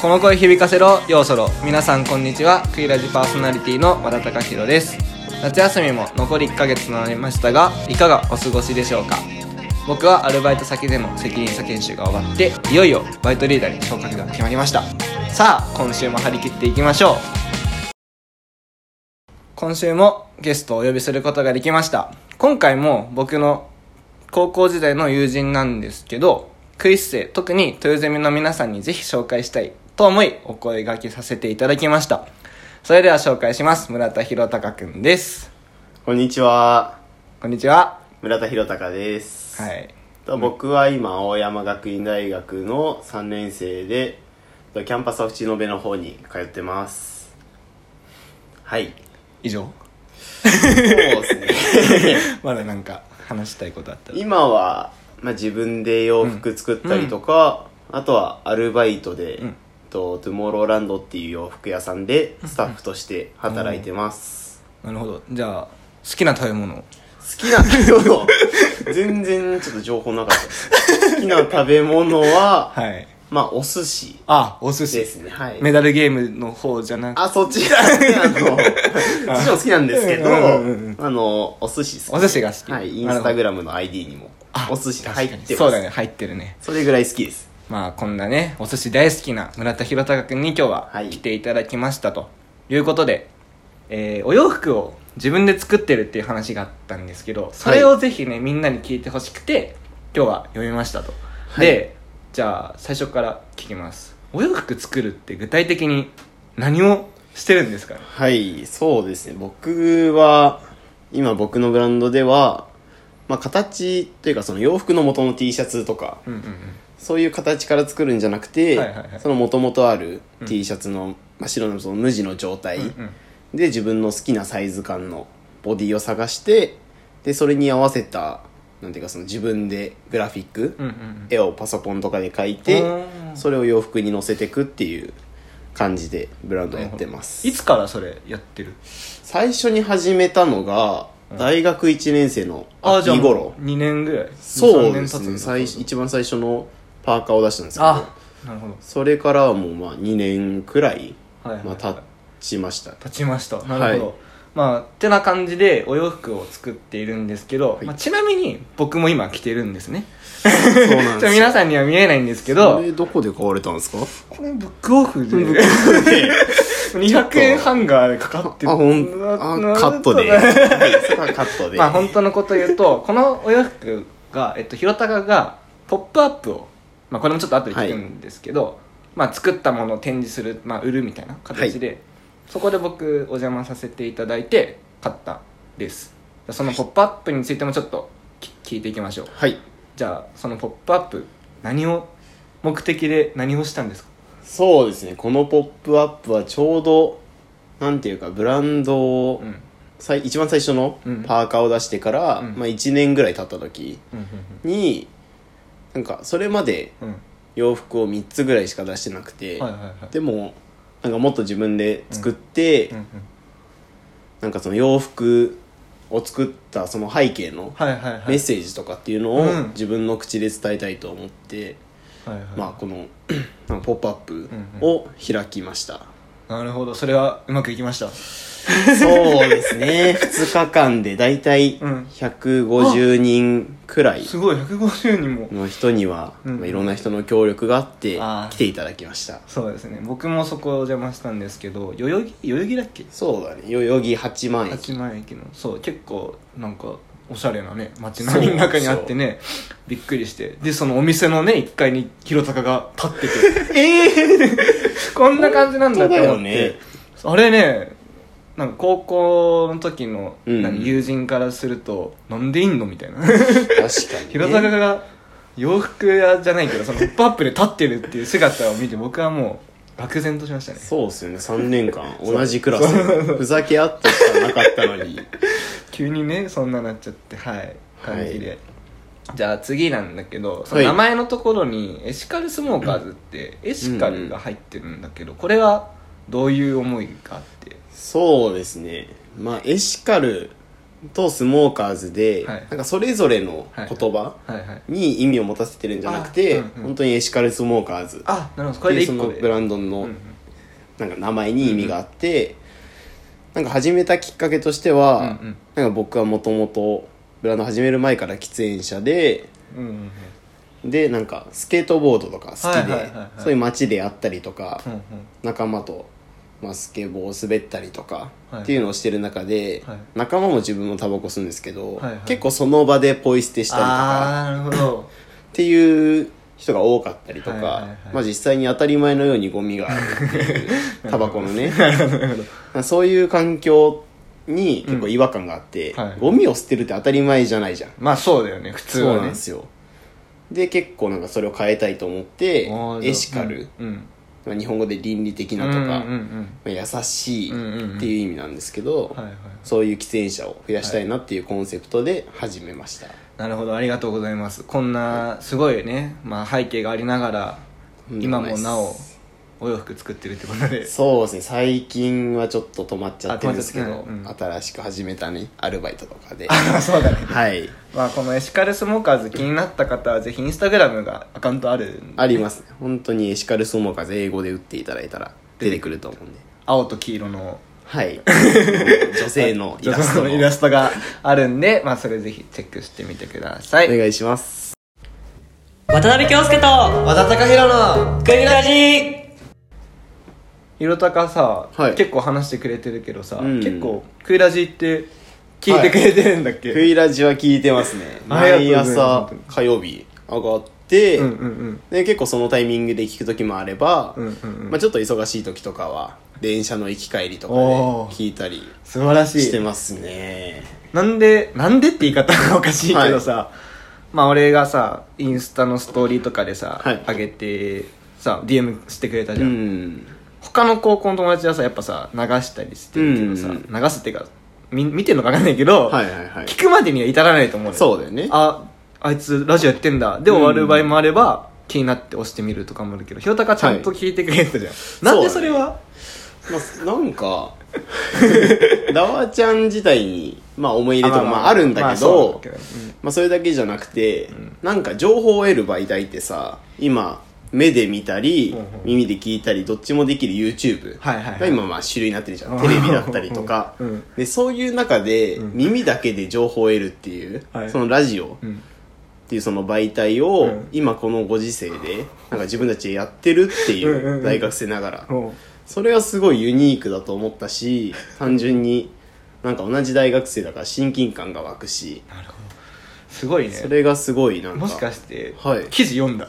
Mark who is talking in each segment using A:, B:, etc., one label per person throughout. A: この声響かせろようそろ皆さんこんにちはクイラジパーソナリティの和田貴弘です夏休みも残り1ヶ月となりましたがいかがお過ごしでしょうか僕はアルバイト先での責任者研修が終わっていよいよバイトリーダーに昇格が決まりましたさあ今週も張り切っていきましょう今週もゲストをお呼びすることができました今回も僕の高校時代の友人なんですけどクイズ生特に豊ゼミの皆さんにぜひ紹介したいと思いお声掛けさせていただきましたそれでは紹介します村田博隆くんです
B: こんにちは
A: こんにちは
B: 村田博隆です、
A: はい
B: と僕は今青山学院大学の3年生でとキャンパスオフチノベの方に通ってますはい
A: 以上
B: そうですね
A: まだなんか話したいことあったら
B: 今は、まあ、自分で洋服作ったりとか、あとはアルバイトで、
A: うん
B: とトゥモローランドっていう洋服屋さんでスタッフとして働いてます、
A: なるほどじゃあ好きな食べ物
B: 好きな食べ物 全然ちょっと情報なかった好きな食べ物は
A: はい
B: まあ、お寿司
A: あお寿司
B: ですね。はい。
A: メダルゲームの方じゃなく
B: あ、そちら、 あの、そっちも好きなんですけど、
A: うんうんうん
B: あの、お寿司好
A: お
B: き。
A: 寿司が好き
B: はい、イン
A: なる
B: ス
A: ほど
B: タグラムの ID にも、お寿司
A: 確か
B: 入っ
A: に
B: てます。
A: そうだね。入ってるね
B: それぐらい好きです。
A: まあこんなねお寿司大好きな村田博隆君に今日は
B: はい
A: 来ていただきましたということで、えーお洋服を自分で作ってるっていう話があったんですけどそれをぜひねみんなに聞いてほしくて今日は読みましたと、
B: はい
A: でじゃあ最初から聞きますお洋服作るって具体的に何をしてるんですかね
B: はい、そうですね。僕は、今僕のブランドでは、まあ、形というかその洋服の元の T シャツとか、
A: うんうんうん
B: そういう形から作るんじゃなくて、
A: はいはいはい
B: その元々ある T シャツの、真っ白のその無地の状態、
A: うん
B: で自分の好きなサイズ感のボディを探してでそれに合わせたなんていうかその自分でグラフィック、
A: うんうん
B: 絵をパソコンとかで描い
A: お
B: て
A: ー
B: それを洋服に載せていくっていう感じでブランドやってます
A: いつからそれやってる
B: 最初に始めたのが大学1年生の秋頃
A: 2年ぐらい
B: そ
A: 2 3
B: うで
A: 年経
B: す
A: つん
B: ね
A: だ
B: 最初一番最初のパーカーを出したんですけど
A: あなるほど
B: それからはもうまあ2年くらい
A: はいはいはい
B: まあ経ち ました
A: 立ちましたなるほど、
B: はい
A: まあてな感じでお洋服を作っているんですけど、
B: はい
A: まあ、ちなみに僕も今着てるんですね
B: そうなん
A: ちょ
B: です
A: 皆さんには見えないんですけ
B: け
A: ど
B: どどこで買われたんですか
A: これブックオフで
B: で
A: 200円ハンガーでかかって
B: あ、ほん、
A: な
B: あ、カットで。
A: な
B: は
A: んとね
B: いそこ はカットで。
A: まあ本当のこと言う とこのお洋服が、えっと、ひろたかが「ポップアップを、まあ、これもちょっと後で聞くんですけど、まあ、作ったものを展示する、まあ、売るみたいな形で、そこで僕お邪魔させていただいて買ったですその「ポップアップについてもちょっとき聞いていきましょう
B: はい。
A: じゃあその「ポップアップ何を目的で何をしたんですか
B: そうですね。このポップアップはちょうど、なんていうか、ブランドを
A: うん、
B: さい一番最初の
A: うん
B: パーカーを出してから、
A: うん
B: まあ1年ぐらい経った時
A: うん
B: に、なんか、それまで
A: うんうん
B: 洋服を3つぐらいしか出してなくて、
A: はいはいはい
B: でも、なんかもっと自分で作って、
A: うんうん
B: なんかその洋服を作ったその背景の
A: はいはいはい
B: メッセージとかっていうのを
A: うん
B: 自分の口で伝えたいと思って、
A: はいはい
B: まあ、この 「なんかポップアップ
A: ん
B: を開きました、
A: なるほどそれはうまくいきました
B: そうです ね2日間で大体
A: うん
B: 150人くらい
A: すごい150人も
B: の人には、
A: うん
B: まあ、いろんな人の協力があって
A: あー
B: 来ていただきました
A: そうですね僕もそこお邪魔したんですけど代々木代々木だっけ
B: そうだね代々木八幡駅
A: 八幡駅のそう結構なんかおしゃれなね街並みの中にあってねびっくりしてでそのお店のね1階に弘隆が立ってて ええ こんな感じなんだって
B: 本当だ
A: 思
B: よ
A: って、
B: ね
A: あれねなんか高校の時の、
B: うん
A: 何友人からするとなんでいんのみたいな
B: 確
A: 弘
B: かに、
A: 隆
B: ね、
A: が洋服屋じゃないけどその「ポップアップで立ってるっていう姿を見て僕はもう愕然としましたね
B: そうですよね3年間同じクラスふざけ合ってしかなかったのに
A: 急にねそんななっちゃってはい
B: はい
A: 感じで、じゃあ次なんだけどその
B: はい
A: 名前のところにエシカルスモーカーズってエシカルが入ってるんだけど、これはどういう思いがあって
B: そうですねまあエシカルとスモーカーズで、
A: はい
B: なんかそれぞれの言葉
A: はいはい
B: に意味を持たせてるんじゃなく
A: あ
B: て、
A: うんうん
B: 本当にエシカルスモーカーズっ
A: あなるほどこ
B: て
A: れ
B: い
A: で
B: う
A: 1
B: そ
A: 個
B: の
A: で
B: ブランドの
A: うんうん
B: なんか名前に意味があって、なんか始めたきっかけとしては、
A: うん
B: なんか僕はもともとブランド始める前から喫煙者で
A: うんうん
B: でなんかスケートボードとか好きで、
A: はいはいはいはい
B: そういう街でやったりとか、
A: うんうん
B: 仲間と、まあ、スケボーを滑ったりとか、
A: はい
B: っていうのをしてる中で、
A: はい
B: 仲間も自分もタバコ吸うんですけど、
A: はいはい
B: 結構その場でポイ捨てしたりとか
A: ああなるほど
B: っていう人が多かったりとか、
A: はいはいはい
B: まあ、実際に当たり前のようにゴミがあるって いうタバコのね そういう環境に結構違和感があって、
A: うんはい
B: ゴミを捨てるって当たり前じゃないじゃん
A: まあそうだよね普通
B: そう
A: は
B: なん
A: ね
B: ですよで結構なんかそれを変えたいと思って
A: あー
B: エシカル、
A: うん
B: まあ、日本語で倫理的
A: うん
B: なとか、
A: うんうん
B: まあ、優しい
A: うんうんうん
B: っていう意味なんですけど、
A: うんはいはい
B: そういう喫煙者を増やしたいなっていうコンセプトで始めました、
A: なるほどありがとうございますこんなすごいね、まあ、背景がありながら
B: うん
A: 今もな
B: ナイ
A: お
B: ス
A: お洋服作ってるってこと で
B: そうですね最近はちょっと止まっちゃってるんですけ
A: あ止ま
B: ど、
A: っちゃってない
B: 新しく始めたねアルバイトとか で
A: そうだね
B: はい
A: まあこのエシカルスモーカーズ気になった方はぜひインスタグラムがアカウントある
B: ありますね本当にエシカルスモーカーズ英語で打っていただいたら出てくると思うんで
A: 青と黄色の
B: はい 女性のイラスト
A: の
B: の
A: イラストがあるんでまあそれぜひチェックしてみてください
B: お願いします
C: 渡辺京介と
A: 和田貴弘の
C: グミラジ
A: ひろたかさ、
B: はい
A: 結構話してくれてるけどさ、
B: うん
A: 結構クイラジって聞いてくれてるんだっけ、
B: クイラジは聞いてますね
A: あり
B: 毎
A: がとうございま
B: 朝
A: す
B: 火曜日上がって、
A: うんうんうん
B: で結構そのタイミングで聞く時もあれば、
A: うんうんうん
B: まあ、ちょっと忙しい時とかは電車の行き帰りとかで
A: おー
B: 聞いたり
A: 素晴らしい
B: してますね
A: なんで、なんでって言い方がおかしいけどさ、まあ俺がさ、インスタのストーリーとかでさ、
B: はい
A: 上げて、さ、DM してくれたじ
B: う
A: ゃん。
B: ん
A: 他の高校の友達はさ、やっぱさ、流したりしてるけどさ、
B: うん
A: 流すっていうか、み見てるのかわかんないけど、
B: はいはいはい
A: 聞くまでには至らないと思うのよ
B: そうだよね
A: あ、あいつラジオやってんだ。で終わる場合もあれば、気になって押してみるとかもあるけど、ひょうたかちゃんと聞いてくれてたじゃん。なんでそれは
B: まあ、なんか ダワちゃん自体に、まあ、思い入れとかまああるんだけ
A: そう
B: ど
A: だけどうん
B: まあそれだけじゃなくて、なんか情報を得る媒体ってさ今目で見たり、
A: うんうん
B: 耳で聞いたりどっちもできる YouTube
A: はいはいはい
B: が今まあ主流になってるじゃん、テレビだったりとか、
A: うん
B: でそういう中で耳だけで情報を得るっていう、
A: はい
B: そのラジオっ
A: うん
B: ていうその媒体を、
A: うん
B: 今このご時世でなんか自分たちでやってるってい
A: うんうんう
B: うん大学生ながら、
A: もう
B: それはすごいユニークだと思ったし単純になんか同じ大学生だから親近感が湧くし
A: すごいね。
B: それがすごいなんか
A: もしかして、
B: はい
A: 記事読 んだ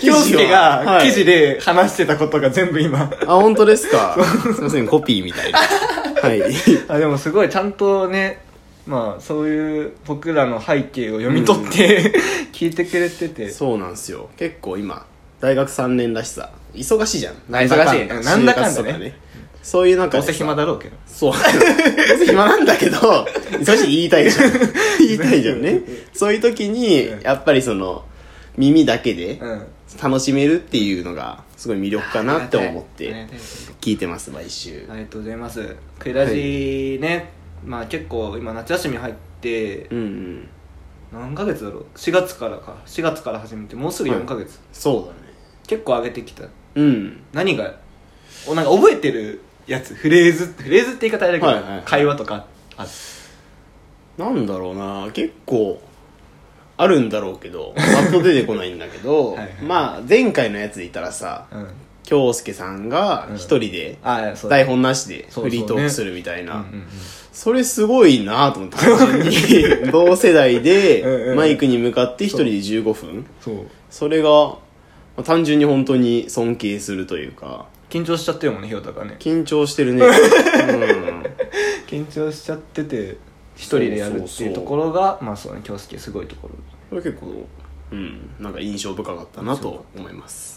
B: 記事
A: 京介
B: は
A: が
B: はい
A: 記事で話してたことが全部今
B: あ、本当です か。すいません、コピーみたいな。はい。
A: あでもすごいちゃんとねまあそういう僕らの背景を読み取って 聞いてくれてて
B: そうなんですよ。結構今、大学3年らしさ、忙しいじゃん。
A: 忙しいなんだかんだね
B: 就活とかそういう中
A: ど
B: で
A: うせ
B: さ。
A: 暇だろうけど
B: そ う。どうせ暇なんだけど、忙しい言いたい じゃん。言いたいじゃんね。そういう時に、やっぱりその、耳だけで
A: うん
B: 楽しめるっていうのが、すごい魅力かなって思っ
A: ありが
B: て、
A: たい
B: 聞いてます、毎週
A: あ。りがとうございますクイラジね、まあ結構今夏休み入って
B: うんうん。
A: 何ヶ月だろう4月からか4月から始めてもうすぐ4ヶ月、
B: そうだね。
A: 結構上げてきた
B: うん。
A: 何がおなんか覚えてるやつフレーズフレーズって言い方あれだけど、
B: はいはいはい
A: 会話とかあ
B: なんだろうな結構あるんだろうけどパッと出てこないんだけど
A: はいはい
B: まあ前回のやつで言ったらさ
A: うん
B: 京介さんが一人で
A: あそう
B: 台本なしで
A: そう
B: フリート
A: そう
B: ー
A: ね
B: クするみたい
A: う
B: な、
A: んうんうん
B: それすごいなと思って単純 に同世代
A: うんう
B: で
A: ん
B: マイクに向かって一人で15分
A: そう
B: それがまあ単純に本当に尊敬するというか
A: 緊張しちゃってるもんねひよたかね
B: 緊張し てるね、うん、
A: 緊張しちゃってて一人でやるっていうところがまあそうね京介すごいところ
B: これ結構うんなんか印象深かったなと思います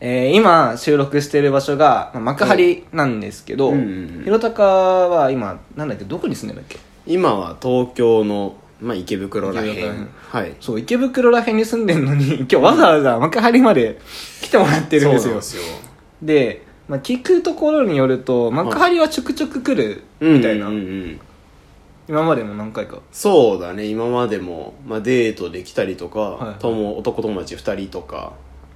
A: えー、今収録してる場所が、まあ、幕張なんですけど、
B: うんうんうん
A: ひろたかは今なんだっけどこに住んでんだっけ
B: 今は東京の、まあ、池袋らへ
A: 池袋らへ
B: ん
A: ん
B: はい
A: そう池袋らへんに住んでんのに今 日わざわざ幕張まで来てもらってるんです
B: そ
A: よ
B: うなんですよ
A: で、まあ、聞くところによると幕張はちょくちょく来るみたいな
B: うんうんうん
A: 今までも何回か
B: そうだね今までも、まあ、デートで来たりとか、
A: はい
B: 友男友達2人とか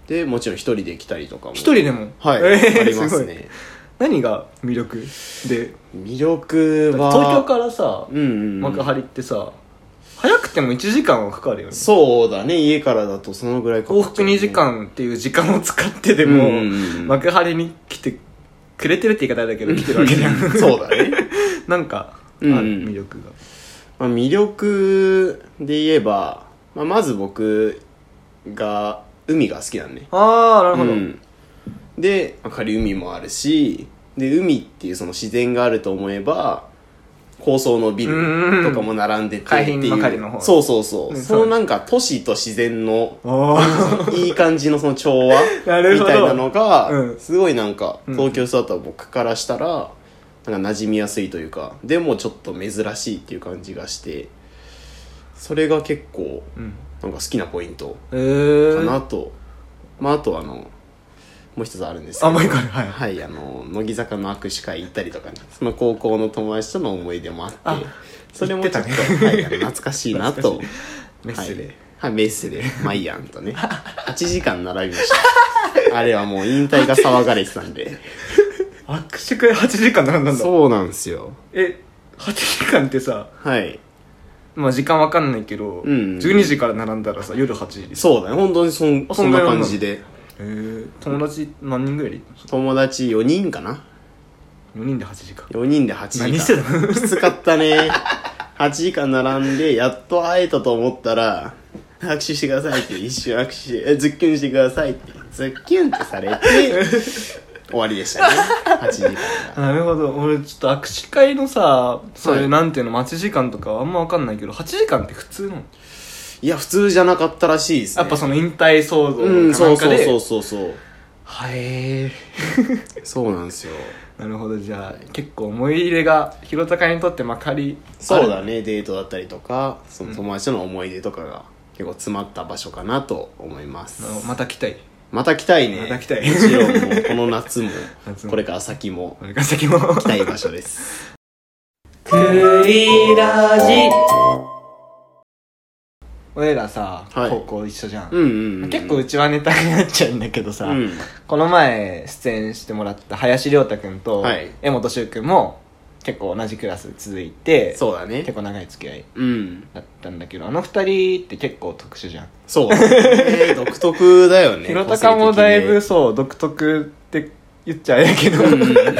B: でもちろん1人で来たりとかも
A: 一人でも
B: はい、
A: えー
B: ありますす
A: ごい
B: ね
A: 何が魅力で
B: 魅力は
A: 東京からさ
B: うんうん、う
A: 幕
B: ん、
A: 張ってさ早くても1時間はかかるよね
B: そうだね家からだとそのぐらいかかっ
A: 往
B: ちゃう
A: 復2時間っていう時間を使ってで
B: う
A: も
B: んうんうん
A: 幕張に来てくれてるって言い方だけど来てるわけじゃん
B: そうだね、
A: なんかあ
B: う
A: る
B: んうん
A: 魅力が
B: まあ、魅力で言えば、まあ、まず僕が海が好きなんね
A: ああなるほど
B: うん、で明るい海もあるしで海っていうその自然があると思えば高層のビルとかも並んでてって
A: 海
B: い
A: 浜
B: う、
A: 幕張の方
B: そうそうそう、
A: うん
B: そのなんか都市と自然の
A: あ
B: いい感じのその調和
A: なる
B: み
A: ほど
B: たいなのが、
A: うん
B: すごいなんか
A: うん
B: 東京育った僕からしたら、なんか馴染みやすいというかでもちょっと珍しいっていう感じがしてそれが結構
A: あうん
B: なんか好きなポイント
A: え
B: か
A: ー
B: なと、まああとあのもう一つあるんですけど
A: あもう一個あるはい
B: はいあの乃木坂の握手会行ったりとかねその高校の友達との思い出もあって
A: あ
B: それもちょっと、
A: 言って
B: はい、あの懐かしいなと
A: メッセで
B: はい、はい、メッセでマイアンとね8時間並びましたあれはもう引退が騒がれてたんで
A: 握手会8時間並んだんだ
B: そうなんですよ
A: え8時間ってさ
B: はい
A: まあ時間わかんないけど
B: んうん
A: 12時から並んだらさ夜8時です
B: そうだね本当にそん
A: あ
B: そ
A: そん
B: ん
A: な
B: な
A: やんの
B: 感じで
A: へえ友達何人ぐらいで
B: 友達4人かな
A: 4人で8時間
B: 4人で8時間
A: 何してたの
B: きつかったね8時間並んでやっと会えたと思ったら握手してくださいって一瞬握手してえズッキュンしてくださいってズッキュンってされて終わりでしたね8時間が
A: なるほど俺ちょっと握手会のさそうい
B: は
A: う
B: い
A: なんていうの待ち時間とかあんま分かんないけど8時間って普通なの、
B: いや普通じゃなかったらしいですね
A: やっぱその引退騒動か
B: うん
A: な
B: そ
A: ん
B: う
A: か
B: そう
A: で
B: そうそうそう
A: はい
B: そうなんですよ
A: なるほどじゃあ結構思い入れが弘高にとってまかり
B: そうだねデートだったりとかその友達との思い出とかが結構詰まった場所かなと思います
A: あるまた来たい
B: また来たいね
A: また来たい
B: もちろんもうこの夏も
A: 夏も
B: これから先も
A: これから先も
B: 行きたい場所です。
C: くりラジ
A: 俺らさ、
B: はい
A: 高校一緒じゃん、
B: んうん
A: 結構うちはネタになっちゃうんだけどさ、
B: うん
A: この前出演してもらった林亮太君と
B: はい
A: 江本修君も結構同じクラス続いて
B: そうだね
A: 結。構長い付き合い
B: うん。
A: だったんだけどあの二人って結構特殊じゃん
B: そうだね。 えー独特だよね。
A: ひろたかもだいぶ
B: 個性
A: そう独特って言っちゃあれだけ ど、
B: 的にね、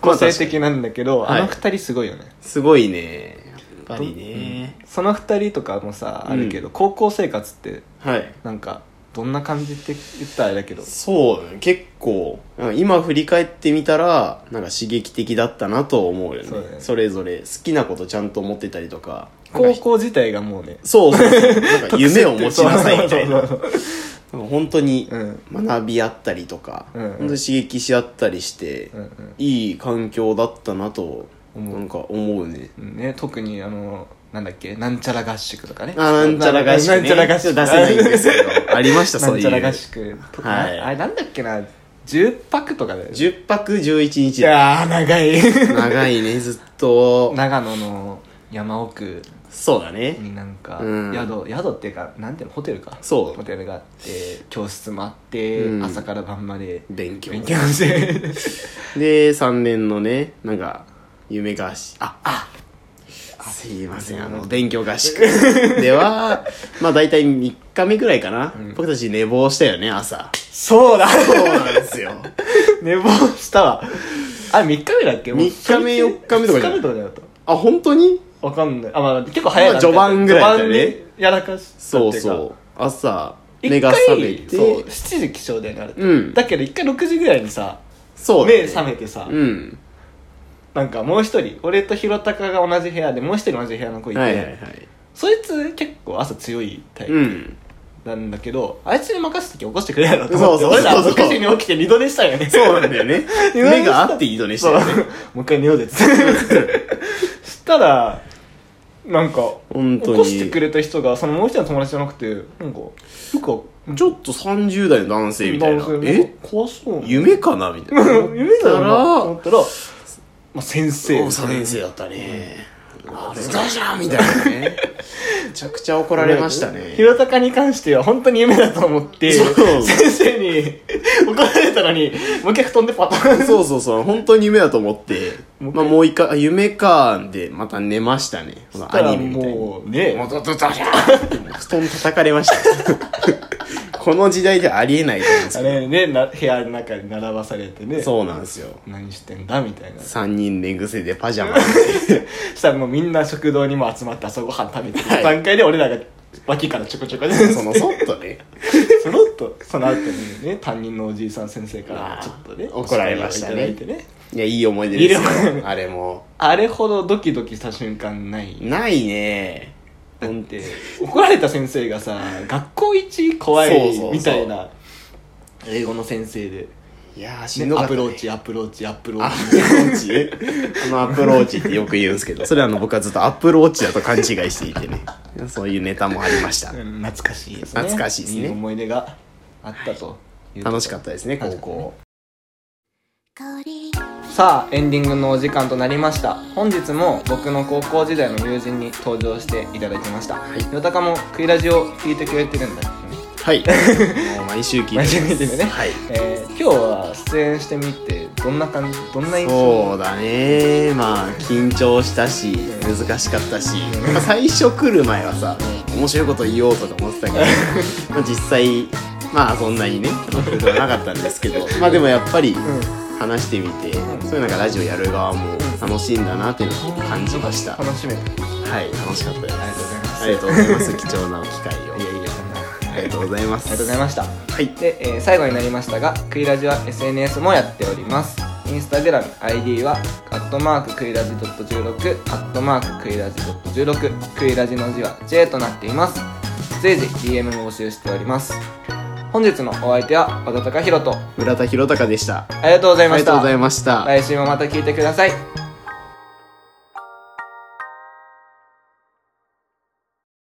A: 個性的なんだけど、
B: はい
A: あの二人すごいよね
B: すごいね。やっぱりね。
A: その二人とかもさ
B: うん
A: あるけど、高校生活って
B: はい。
A: なんかどんな感じって言ったらあれだけど
B: そうだね。結構、なんか今振り返ってみたら、なんか刺激的だったなと思うよね。
A: そうだね
B: それぞれ好きなことちゃんと思ってたりとか。
A: 高校自体がもうね
B: そうそうそう。なんか夢を持ちなさいみたい な。
A: そうそうそう
B: なんか本当に
A: うん
B: 学び合ったりとか、
A: うんうん
B: 本当に刺激し合ったりして、
A: うんうん
B: いい環境だったなと
A: 思う
B: なんか思うね
A: うんね、特にあのなんだっけなんちゃら合宿とかね
B: あなんちゃら合宿、ね、
A: なんちゃら合宿
B: 出せないんですけどありました
A: な
B: そうんい
A: ちゃら合
B: う
A: 宿とか、
B: はい
A: あれなんだっけな10泊とかだよね
B: 10泊11
A: い
B: 日
A: やー長い
B: 長いねずっと
A: 長野の山奥
B: そうだね
A: になんか、
B: うん
A: 宿宿っていうかなんていうのホテルか
B: そう
A: ホテルがあって教室もあって、
B: うん
A: 朝から晩まで
B: 勉強
A: 勉強して
B: で3年のねなんか夢合宿 ああすいませんあの勉強合宿 で はまあ大体3日目ぐらいかな、僕たち寝坊したよね朝
A: そうだ
B: そうなんですよ
A: 寝坊したわあ3日目だっけもう
B: 3日目4日目とかじ
A: 2
B: ゃない
A: 日目とかじゃなかっ
B: あ本当に
A: たわかんないあ、まあ、結構早い
B: ま
A: な
B: あ序盤ぐらいだよね
A: 序盤にやらかしたってい
B: そうう
A: か
B: そう朝
A: 一
B: 目が
A: 回
B: 覚め
A: そう
B: て
A: 7時起床だよねあれって、
B: うん
A: だけど一回6時ぐらいにさ
B: そうだね
A: 目覚めてさ、
B: うん
A: なんかもう一人俺と弘隆が同じ部屋でもう一人同じ部屋の子いて、
B: はいはいはい
A: そいつ結構朝強いタイ
B: う
A: プ
B: ん
A: なんだけど、あいつに任せとき起こしてくれやろと思って
B: そうそう
A: 俺ら
B: そうそう
A: 6時に起きて二度寝したよね
B: そうなんだよ ね
A: 寝ました
B: 目が合っていいのねし
A: そ
B: た
A: う
B: よね
A: もう一回寝よう ぜっつってしたらなんか
B: 本当
A: 起
B: に
A: こしてくれた人がそのもう一人の友達じゃなくてなんかよく
B: ちょっと30代の男性みたいな
A: 男性の
B: え
A: 怖そうな
B: 夢かなみたいな
A: 夢だよなと思ったら、まあ、先生
B: お先生だったね
A: こ
B: あれどうじゃみたいなねめちゃくちゃ怒られましたね
A: ひろたかに関しては本当に夢だと思って
B: そう
A: 先生に怒られたのにもう一回布団でパターン
B: そうそうそう本当に夢だと思って
A: もう一
B: まあ、
A: 回
B: もう一回あ夢かでまた寝ましたねこのアニメみたいに
A: もうね
B: もうどどどじゃー布団叩かれましたこの時代ではありえないと思うんです
A: あ
B: けど
A: れねな部屋の中に並ばされてね
B: そうなんですよ
A: 何してんだみたいな
B: 3人寝癖でパジャマ
A: そしたらもうみんな食堂にも集まって朝ごはん食べてる
B: はい
A: 段階で俺らが脇からちょこちょこで
B: そのそっとね
A: そろっとその後にね担任のおじいさん先生からちょっとね
B: あー怒られましたね
A: お叱りをいただいてね
B: いやいい思い出ですよ
A: いい思い
B: あれも
A: あれほどドキドキした瞬間ない
B: ないね
A: だって怒られた先生がさ学校一怖い
B: そうそうそう
A: みたいな英語の先生で、
B: いやーし
A: ね
B: んどか
A: ア
B: った、
A: プ
B: ね、
A: ローチアプローチアプロー
B: ア
A: チ
B: プローチねこのアプローチってよく言うんですけどそれはあの僕はずっとアプローチだと勘違いしていてねそういうネタもありました
A: うん懐かしいですね
B: 懐かしいです
A: い
B: ね
A: 思い出があったという
B: 楽しかったですね高校
A: さあエンディングのお時間となりました本日も僕の高校時代の友人に登場していただきました、
B: い
A: よたかもクイラジを聞いてくれてるんだっ
B: はいもう毎週聞いてます
A: 毎週聞いてるね
B: はい
A: け、ねえー今日は出演してみてどんな感じどんな印
B: そ
A: 象
B: うだねまあ緊張したし難しかったし、まあ最初来る前はさ面白いこと言おうとか思ってた けどまあ実際まあそんなにね面白くはなかったんですけどまあでもやっぱり話してみて、そういうなんかラジオやる側も楽しいんだなっていうのを感じました、は
A: 楽しめたあり
B: い楽しかったです
A: がとうございます
B: ありがとうございます貴重なお機会を
A: いやいやそんな
B: ありがとうございま
A: あり
B: す
A: がとうございました
B: はい
A: で、えー最後になりましたがクイラジは SNS もやっておりますインスタグラム ID は「アットマーククイラジ .16」「アットマーククイラジ .16」クイラジの字は J となっています随時 DM も募集しております本日のお相手は和田貴弘と
B: 村田博隆でした
A: ありがとうござい
B: あ
A: ま
B: り
A: し
B: がとう
A: た
B: ございました
A: 来週もまた聞いてください